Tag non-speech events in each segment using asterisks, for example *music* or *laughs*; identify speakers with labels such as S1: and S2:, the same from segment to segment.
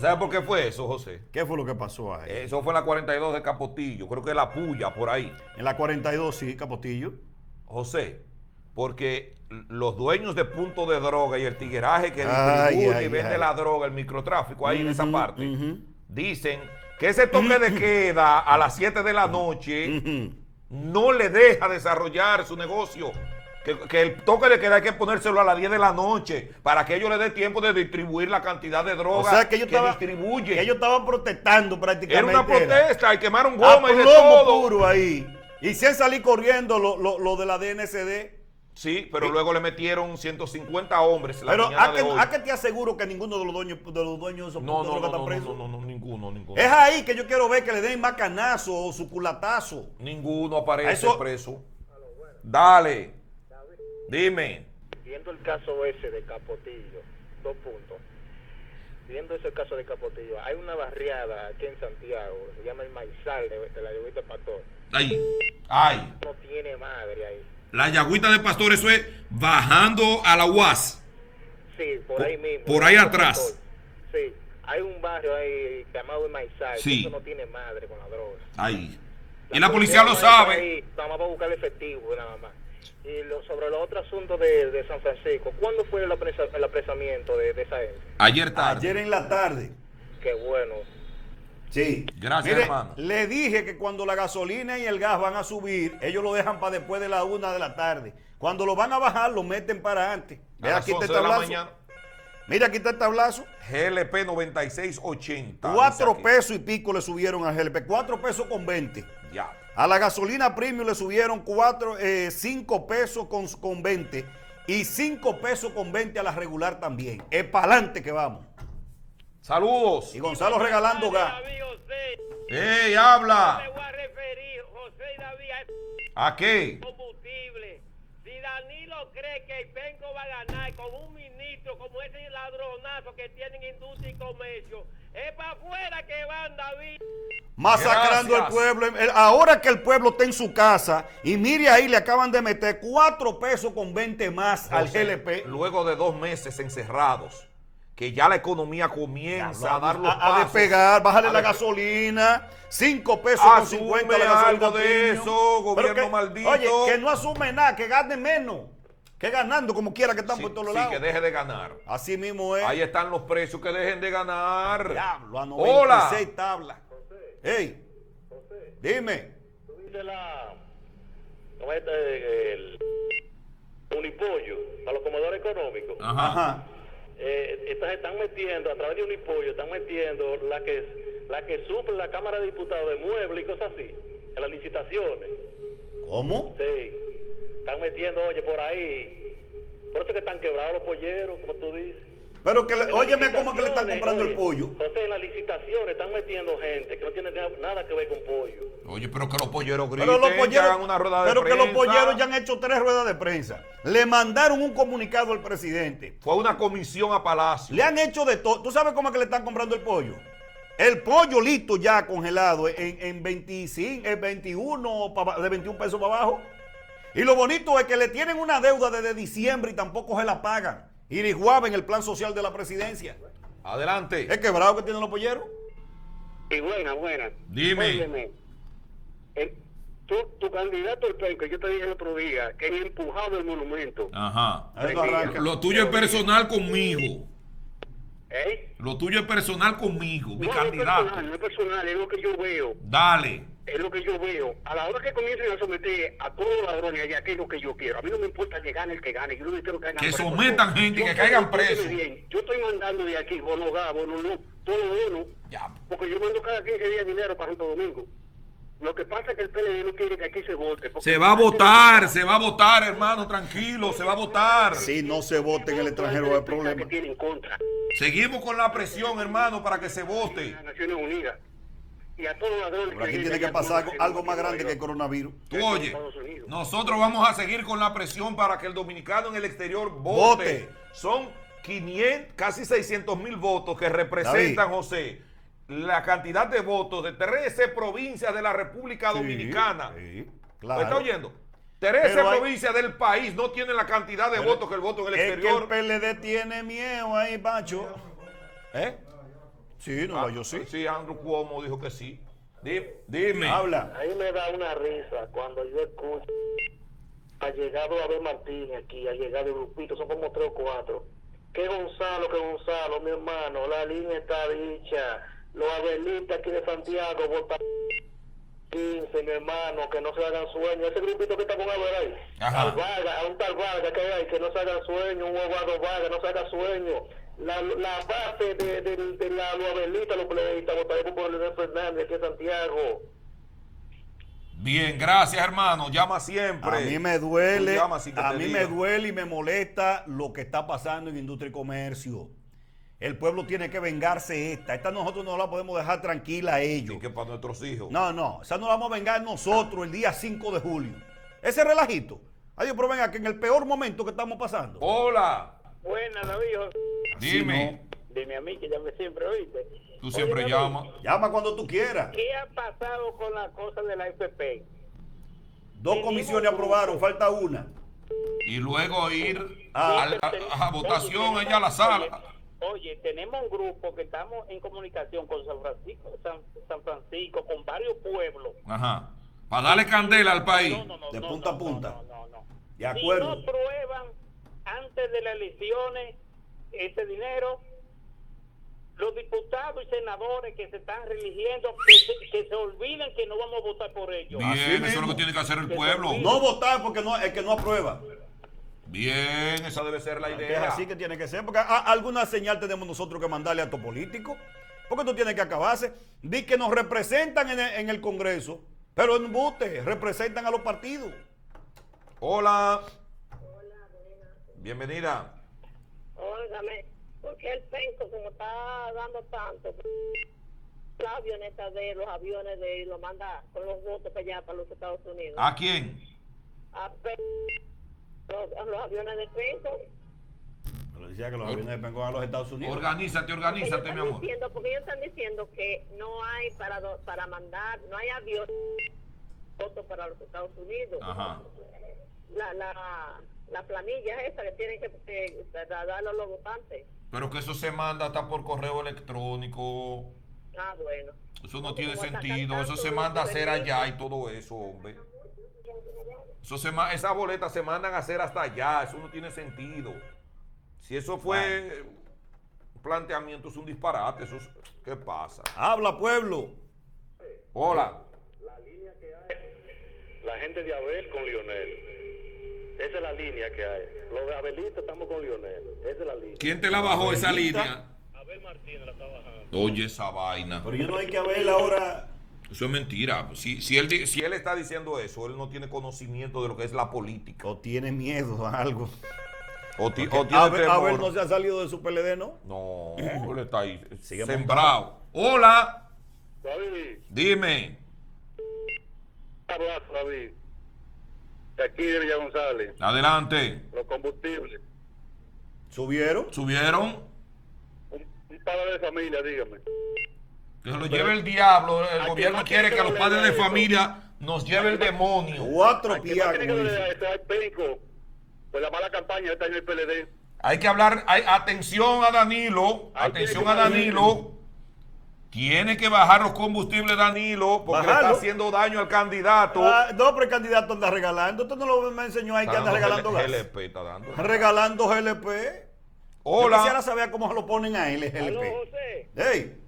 S1: ¿Sabes por qué fue eso, José?
S2: ¿Qué fue lo que pasó ahí?
S1: Eso fue en la 42 de Capotillo, creo que la puya por ahí.
S2: En la 42, sí, Capotillo.
S1: José, porque los dueños de punto de droga y el tigueraje que
S2: Ay,
S1: distribuye
S2: ay,
S1: y vende
S2: ay.
S1: la droga, el microtráfico ahí en esa
S2: Ujú,
S1: parte,
S2: ujú.
S1: dicen que ese toque
S2: *laughs*
S1: de queda a las 7 de la noche
S2: Ujú.
S1: no le deja desarrollar su negocio. Que, que el toque de queda hay que ponérselo a las 10 de la noche para que ellos le dé tiempo de distribuir la cantidad de droga
S2: O sea, que ellos, estaban,
S1: distribuyen.
S2: que ellos estaban protestando
S1: Era
S2: prácticamente.
S1: una protesta y quemaron
S2: A
S1: goma y de
S2: plomo
S1: todo.
S2: puro ahí. Y sin salir corriendo lo, lo- lo de la DNCD.
S1: Sí, pero luego le metieron 150 hombres la
S2: Pero
S1: mañana
S2: ¿a que,
S1: de hoy.
S2: a que te aseguro que ninguno de los dueños de, los dueños de esos
S1: No,
S2: puntos
S1: no,
S2: de
S1: no,
S2: droga
S1: no,
S2: está preso?
S1: no, no, no, ninguno, ninguno.
S2: Es ahí que yo quiero ver que le den macanazo o su culatazo.
S1: Ninguno aparece
S2: Eso-
S1: preso. Dale. Dime.
S3: viendo el caso ese de Capotillo, dos puntos. Viendo ese caso de Capotillo, hay una barriada aquí en Santiago, se llama el Maizal de, de la Llovita Pastor.
S1: Ahí. Ay.
S3: No tiene madre ahí.
S1: La yagüita de pastor, eso es bajando a la UAS.
S3: Sí, por,
S1: Por-
S3: ahí mismo.
S1: por ahí atrás.
S3: Sí, hay un barrio ahí llamado el Maizal,
S1: Sí.
S3: eso no tiene madre con la droga.
S1: Ahí. Y la policía lo sabe.
S3: Nada más para buscar efectivo, nada más. Y lo, sobre los otros asuntos de, de San Francisco, ¿cuándo fue el, apresa- el apresamiento de, de esa gente?
S1: Ayer tarde.
S2: Ayer en la tarde.
S3: Qué bueno.
S2: Sí.
S1: Gracias, hermano.
S2: Le dije que cuando la gasolina y el gas van a subir, ellos lo dejan para después de la una de la tarde. Cuando lo van a bajar, lo meten para antes.
S1: A
S2: Ve,
S1: las
S2: aquí está el
S1: 11 de la
S2: tablazo.
S1: mañana.
S2: Mira, aquí está el tablazo.
S1: GLP 9680.
S2: Cuatro
S1: dice aquí.
S2: pesos y pico le subieron al GLP. Cuatro pesos con veinte.
S1: Ya.
S2: A la gasolina premium le subieron cuatro, eh, cinco pesos con, con 20. Y cinco pesos con 20 a la regular también. Es para adelante que vamos.
S1: Saludos.
S2: Y Gonzalo regalando gas.
S4: David José,
S1: ¡Ey,
S4: me
S1: habla!
S4: voy a referir, José y David, a ese
S1: ¿A qué?
S4: combustible. Si Danilo cree que el Penco va a ganar con un ministro como ese ladronazo que tienen industria y comercio, es para afuera que van, David.
S2: Masacrando
S1: Gracias.
S2: el pueblo. El- Ahora que el pueblo está en su casa y mire ahí, le acaban de meter cuatro pesos con 20 más al
S1: José,
S2: GLP.
S1: Luego de dos meses encerrados, que ya la economía comienza a dar los
S2: a, a
S1: pasos.
S2: despegar, bájale
S1: a
S2: la
S1: despe-
S2: gasolina, cinco pesos con
S1: Asume
S2: 50 la gasolina
S1: algo de
S2: premium.
S1: eso,
S2: Pero
S1: gobierno
S2: que-
S1: maldito.
S2: Oye, que no asume nada, que gane menos, que ganando como quiera que están
S1: Sí,
S2: por todos
S1: sí,
S2: lados.
S1: que deje de ganar.
S2: Así mismo es.
S1: Ahí están los precios, que dejen de ganar.
S2: Diablo, a 96
S1: Hola.
S2: tablas. Ey, dime.
S3: de la ¿cómo es este? el unipollo para los comedores económicos
S4: Ah.
S2: Ajá.
S3: eh, estas están metiendo a través de unipollo están metiendo la que la que suple la cámara de diputados de muebles y cosas así en las licitaciones
S2: ¿Cómo?
S3: sí están metiendo oye por ahí por eso que están quebrados los polleros como tú dices
S2: Pero que, le-
S3: En las
S2: óyeme cómo es que le están
S3: licitaciones,
S2: comprando el
S3: oye,
S2: pollo.
S3: entonces en las licitaciones están metiendo gente que no tiene na- nada que ver con pollo
S1: Oye, pero que los polleros griten,
S2: Pero los
S1: que
S2: polleros,
S1: hagan una rueda de
S2: pero que los
S1: prensa.
S2: polleros ya han hecho tres ruedas de prensa. Le mandaron un comunicado al presidente.
S1: Fue una comisión a Palacio.
S2: Le han hecho de todo. ¿Tú sabes cómo es que le están comprando el pollo? El pollo listo ya congelado en, en 25, en 21, pa- pa- de 21 pesos para abajo. Y lo bonito es que le tienen una deuda desde diciembre y tampoco se la pagan. Y en el plan social de la presidencia.
S1: Adelante.
S2: Es quebrado que tienen los polleros.
S5: Y buena, buena.
S1: Dime.
S5: Óyeme, el- tu, tu candidato el PEN, que yo te dije el otro día, que es empujado el monumento.
S6: Ah. Ajá.
S2: A ver, no arranca.
S6: Lo tuyo es personal conmigo.
S5: ¿Eh?
S6: Lo tuyo es personal conmigo, mi
S5: no, No es
S6: candidato.
S5: personal, no es personal, es lo que yo veo.
S6: Dale.
S5: Es lo que yo veo. A la hora que comiencen a someter a todos los ladrones allá, que es lo que yo quiero. A mí no me importa que gane el que gane. Yo no me quiero que gane
S6: Que
S5: preso.
S6: sometan gente,
S5: Yo
S6: que
S5: quiero-
S6: caigan
S5: óyeme
S6: presos.
S5: bien, Yo estoy mandando de aquí, bono gas, bono luz, todo bono.
S6: Ya.
S5: Porque yo mando cada 15 días dinero para Santo Domingo. Lo que pasa es que el PLD no quiere que aquí se vote. porque-
S6: Se va a votar, se va a votar, hermano, tranquilo, se va a votar.
S2: Si no se vota en el extranjero, hay
S5: hay
S2: problema.
S5: Que tiene en contra
S6: Seguimos con la presión, hermano, para que se vote.
S5: las Naciones Unidas. Y a todos los ladrones.
S2: Pero aquí
S5: viven
S2: tiene que
S5: allá
S2: pasar algo,
S5: por
S2: algo más grande que el
S5: Nueva York.
S2: coronavirus.
S6: Tú oye, nosotros vamos a seguir con la presión para que el dominicano en el exterior vote.
S2: Vote.
S1: Son 500, casi 600 mil votos que representan,
S2: David.
S1: José, la cantidad de votos de 13 provincias de la República Dominicana.
S2: Sí,
S1: ¿Me
S2: claro.
S1: está oyendo? 13
S2: Pero hay-
S1: provincias del país no tienen la cantidad de votos que el voto en el
S2: Es que
S1: exterior.
S2: el PLD tiene miedo ahí, Pacho. ¿Eh? Sí, Nueva York sí.
S1: Sí, Andrew Cuomo dijo que sí. Di- Dime.
S2: Habla.
S3: A mí me da una risa cuando yo escucho. Ha llegado Abel Martín aquí, ha llegado el grupito, son como tres o cuatro. Que Gonzalo, que Gonzalo, mi hermano, la línea está dicha. Los abelistas aquí de Santiago, votan 15, mi hermano, que no se hagan sueños. Ese grupito que está con Abel ahí,
S6: Ajá.
S3: al Vargas, a un tal Vargas que hay, que no se hagan sueños, un huevado Vargas, no se hagan sueños. La, la base de, de, de la, los abelistas, los plebistas, votaremos por Leonel Fernández aquí en Santiago.
S6: Bien, gracias, hermano. Llama
S2: A
S6: siempre.
S2: mí me duele,
S6: Tú llamas sin que
S2: a
S6: te
S2: mí
S6: digan.
S2: me duele y me molesta lo que está pasando en industria y comercio. El pueblo tiene que vengarse esta. Esta nosotros no la podemos dejar tranquila a ellos.
S1: Y que para nuestros hijos.
S2: No, no, esa no la vamos a vengar nosotros el día 5 de julio. Ese relajito. Adiós, pero venga, que en el peor momento que estamos pasando.
S6: Hola.
S3: Buenas, David.
S6: Dime.
S3: Dime a mí que llame siempre, ¿oíste?
S6: Tú siempre
S3: Oye,
S6: llamas.
S2: Llama cuando tú quieras.
S3: ¿Qué ha pasado con la cosa de la FP?
S2: Dos comisiones aprobaron, falta una.
S6: Y luego ir
S2: Ah.
S6: a, la- Ah, a votación
S7: Oye,
S6: allá a la
S7: tenemos-
S6: sala.
S7: Oye, oye, tenemos un grupo que estamos en comunicación con San Francisco, San, San Francisco, con varios pueblos.
S6: Ajá. Para darle candela al país.
S7: No, no, no,
S2: De
S7: no,
S2: punta a
S7: no,
S2: punta.
S7: no, no, no.
S2: De acuerdo.
S7: Si no prueban antes de las elecciones ese dinero, los diputados y senadores que se están religiendo, que se, que se olviden que no vamos a votar por ellos.
S6: Bien,
S2: Así
S6: eso es
S2: mismo.
S6: lo que tiene que hacer el pueblo.
S2: No votar porque no, el que no aprueba.
S6: Bien, esa debe ser la
S2: Es
S6: idea.
S2: así que tiene que ser, porque a- alguna señal tenemos nosotros que mandarle a estos políticos. Porque esto tiene que acabarse. Di que nos representan en el, en el Congreso, pero en bote representan a los partidos.
S1: Hola. Bienvenida.
S8: Óigame, porque el penco como está dando tanto, las avionetas de él, los aviones de él, lo manda con los votos para allá, para los Estados Unidos.
S2: Ah.
S6: ¿A quién?
S8: A Pe- los, a los aviones de penco.
S2: Pero decía que los aviones de a los Estados Unidos.
S6: Organízate,
S8: Ellos
S6: organízate,
S8: están
S6: mi amor.
S8: Diciendo, porque ellos están diciendo que no hay para, do- para mandar, no hay aviones votos para los Estados Unidos.
S6: Ajá.
S8: La, la, la planilla esa que tienen que, que darle a los votantes.
S6: Pero que eso se manda hasta por correo electrónico.
S8: Ah, bueno.
S6: Eso no
S8: Porque
S6: tiene
S8: como sacan
S6: sentido. Eso
S8: tanto
S6: se
S8: de
S6: manda a hacer
S8: soberanía.
S6: allá
S1: Hay todo eso, hombre. Eso se ma- esas boletas se mandan a hacer hasta allá. Eso no tiene sentido. Si eso fue un planteamiento, es un disparate. Eso es- ¿Qué pasa?
S2: Habla, pueblo.
S1: Hola.
S5: La gente de Abel con Lionel. Esa es la línea que hay. Los de Abelito estamos con Lionel. Esa es la línea.
S6: ¿Quién te la bajó esa
S2: Abuelita.
S6: línea? Oye, esa vaina.
S2: Pero yo no hay que ver ahora.
S6: Eso es mentira. Si, si él, di- si
S1: Si él está diciendo eso, él no tiene conocimiento de lo que es la política.
S2: O tiene miedo a algo.
S1: O, ti- o tiene
S2: Abel,
S1: temor.
S2: Abel no se ha salido de su PLD, ¿no?
S1: No, él está ahí
S2: Sigue
S1: sembrado. Hola,
S5: David,
S6: dime.
S5: un abrazo, David. De aquí de Villa González,
S6: Adelante.
S5: los combustibles.
S2: ¿Subieron?
S6: ¿Subieron?
S5: Un, un padre de familia, dígame.
S6: Que se lo lleve el diablo. El
S5: Aquí
S6: gobierno
S5: no
S6: quiere
S5: tiene
S6: que a los
S5: que
S6: padres de
S5: oler eso.
S6: familia nos lleve el demonio.
S2: Cuatro
S5: ¿Qué más tiene que
S2: piagos.
S5: ver
S2: dice.
S5: este penco? Pues la mala campaña de este año del PLD.
S6: Hay que hablar. hay- atención a Danilo.
S5: Ahí
S6: Atención
S5: tiene
S6: a
S5: que bajar.
S6: Danilo. Tiene que bajar los combustibles, Danilo.
S1: porque le
S2: Bájalo.
S1: está haciendo daño al candidato.
S2: Ah, no, pero el candidato anda regalando. Usted no lo me enseñó ahí que anda regalando
S1: Está
S2: gas.
S1: dando GLP, está dando.
S2: Regalando GLP. Yo quisiera
S1: Hola,
S2: saber cómo se lo ponen a él, el GLP.
S3: José.
S2: Ey,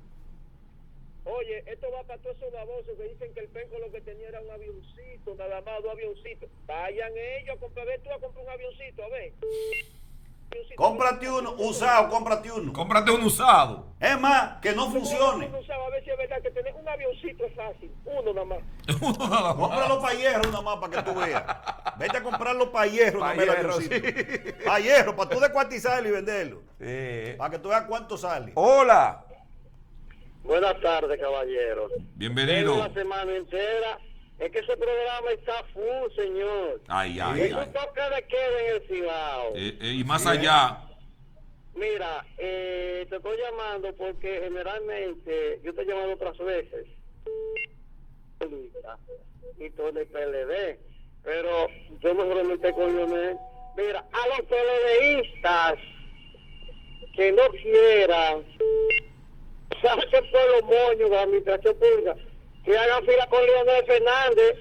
S3: Oye, esto va para todos esos babosos que dicen que el E penco lo que tenía era un avioncito, nada más dos avioncitos. Vayan ellos a comprar, ve tú a comprar un avioncito, a ver. Avioncito.
S2: cómprate uno, usado, cómprate uno.
S6: cómprate un usado. *laughs*
S2: Es más, que no
S3: Uno
S2: funcione.
S3: sabe, a ver si es verdad que tener un avioncito es fácil, uno nada más.
S6: Uno nada más.
S2: Cómpralo para hierro nada más para que tú veas. Vete a comprarlo para hierro,
S1: Pa'
S2: no me la
S1: hierro,
S2: Para hierro, para tú descuartizarlo y venderlo.
S1: Eh,
S2: Para que tú veas cuánto sale.
S1: Oh. hola.
S3: Buenas tardes, caballeros.
S6: Bienvenido.
S3: Tengo la semana entera. Es que ese programa está full, señor.
S6: Ay, ay,
S3: Es
S6: ay.
S3: un toque de queda en el Cibao.
S6: Eh, eh, y más allá.
S3: Mira, eh, te estoy llamando porque generalmente yo te he llamado otras veces. Lista. Y todo el PLD. Pero yo me solamente con Lionel. Mira, a los PLDistas que no quieran
S5: saquen por los moños de la administración pública, que hagan fila con Leonel Fernández,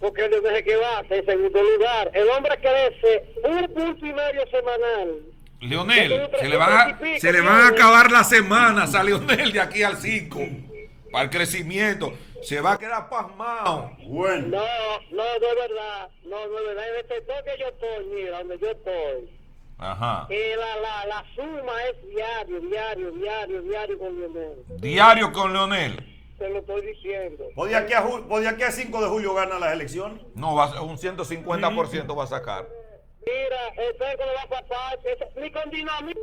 S5: porque él desde que va, en segundo lugar. El hombre crece un punto y medio semanal.
S1: Leonel, se le, van a, se le van a acabar las semanas a Leonel de aquí al 5 para el crecimiento. Se va a quedar pasmado.
S2: Bueno.
S5: No, no, no es verdad. No, no es verdad. En el sector que yo estoy, mira, donde yo estoy,
S1: Ajá.
S5: eh, la, la, la suma es diario, diario, diario, diario con Leonel.
S1: Diario con Leonel.
S5: Te lo estoy diciendo.
S2: Podía pues aquí, a ju- podía aquí a 5 de julio ganar las elecciones.
S1: No, va, a- un 150% va a sacar.
S5: Mira, el penco no va a pasar, eso- ni con dinamita.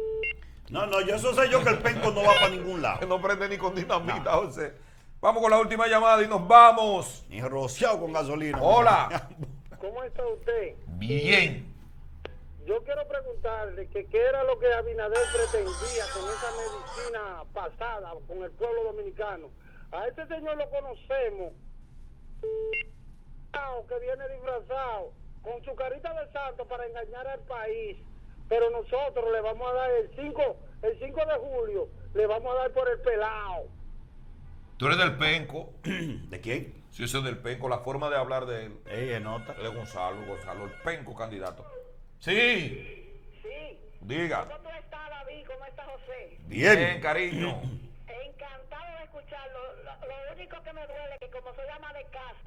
S2: No, no, yo eso sé yo que el penco no va para ningún
S1: Que
S2: lado.
S1: No prende ni con dinamita, José. Vamos con la última llamada y nos vamos.
S2: Ni rociado con gasolina.
S1: Hola.
S5: ¿Cómo está usted?
S1: Bien.
S5: Yo quiero preguntarle que qué era lo que Abinader pretendía con esa medicina pasada, con el pueblo dominicano. A este señor lo conocemos, que viene disfrazado, con su carita de santo para engañar al país. Pero nosotros le vamos a dar el 5, el 5 de julio, le vamos a dar por el pelado.
S1: Tú eres del penco.
S2: *laughs* ¿De quién?
S1: Si eso es del penco, la forma de hablar de él.
S2: Ey, nota.
S1: Él es Gonzalo, Gonzalo, el penco candidato. Sí.
S3: Sí.
S1: Diga.
S3: ¿Cómo está David? ¿Cómo está José?
S1: Bien,
S2: *clears throat* Bien.
S1: cariño.
S3: Encantado de escucharlo. Lo, lo único que me duele es que como soy ama de casa,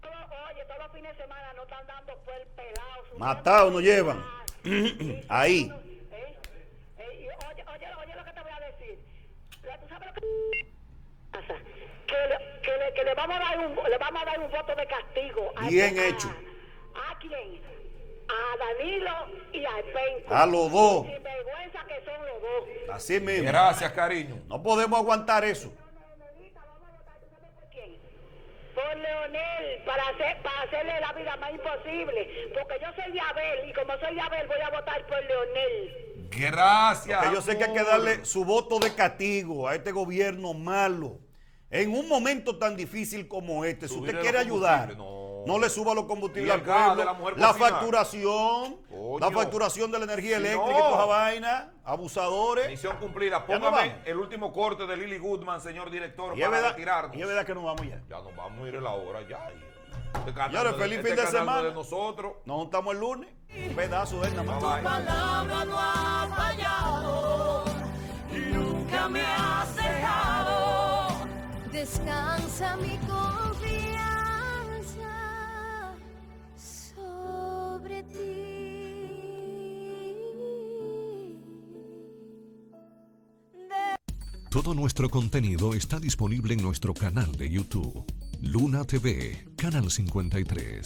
S3: todo- oye, todos los fines de semana no están dando por el pelado. su-
S2: Matado nos llevan.
S3: Sí,
S2: *clears throat* Ahí.
S3: ¿eh? Eh, y oye, oye, oye lo que te voy a decir. La- ¿Tú sabes lo que pasa? Que le, que le, que le vamos a dar un, le vamos a dar un voto de castigo. a-
S2: Bien
S3: a-
S2: hecho.
S3: ¿A quién? A Danilo y a Penco.
S2: A los dos.
S3: Sin vergüenza que son los dos.
S2: Así mismo.
S1: Gracias, cariño.
S2: No podemos aguantar eso.
S3: quién? Por Leonel, para, hacer, para hacerle la vida más imposible. Porque yo soy de Abel y como soy de Abel voy a votar por Leonel.
S1: Gracias. Uh,
S2: Que yo sé que hay que
S1: amor.
S2: darle su voto de castigo a este gobierno malo. En un momento tan difícil como este, si
S1: Subirle
S2: usted
S1: los
S2: quiere ayudar,
S1: combustibles,
S2: no.
S1: no.
S2: le suba los combustibles
S1: Y el
S2: al
S1: gas de
S2: pueblo,
S1: la mujer
S2: la
S1: cocina.
S2: facturación,
S1: Coño.
S2: la facturación de la energía
S1: Si
S2: eléctrica
S1: no.
S2: y toda esa vaina, abusadores.
S1: Misión cumplida.
S2: Ya nos
S1: Póngame
S2: vamos.
S1: el último corte de Lily Goodman, señor director,
S2: Y es
S1: para
S2: verdad,
S1: retirarnos.
S2: y es verdad que nos vamos ya.
S1: Ya nos vamos a ir a la hora ya. Este canal
S2: Señores,
S1: no
S2: feliz
S1: este
S2: fin
S1: canal no
S2: de
S1: es
S2: semana.
S1: de nosotros.
S2: Nos juntamos el lunes. Un pedazo de él nada más.
S1: Bye, bye.
S9: palabra no ha fallado y nunca me has dejado. Descansa mi confianza sobre ti.
S10: Todo nuestro contenido está disponible en nuestro canal de YouTube, Luna TV, Canal 53.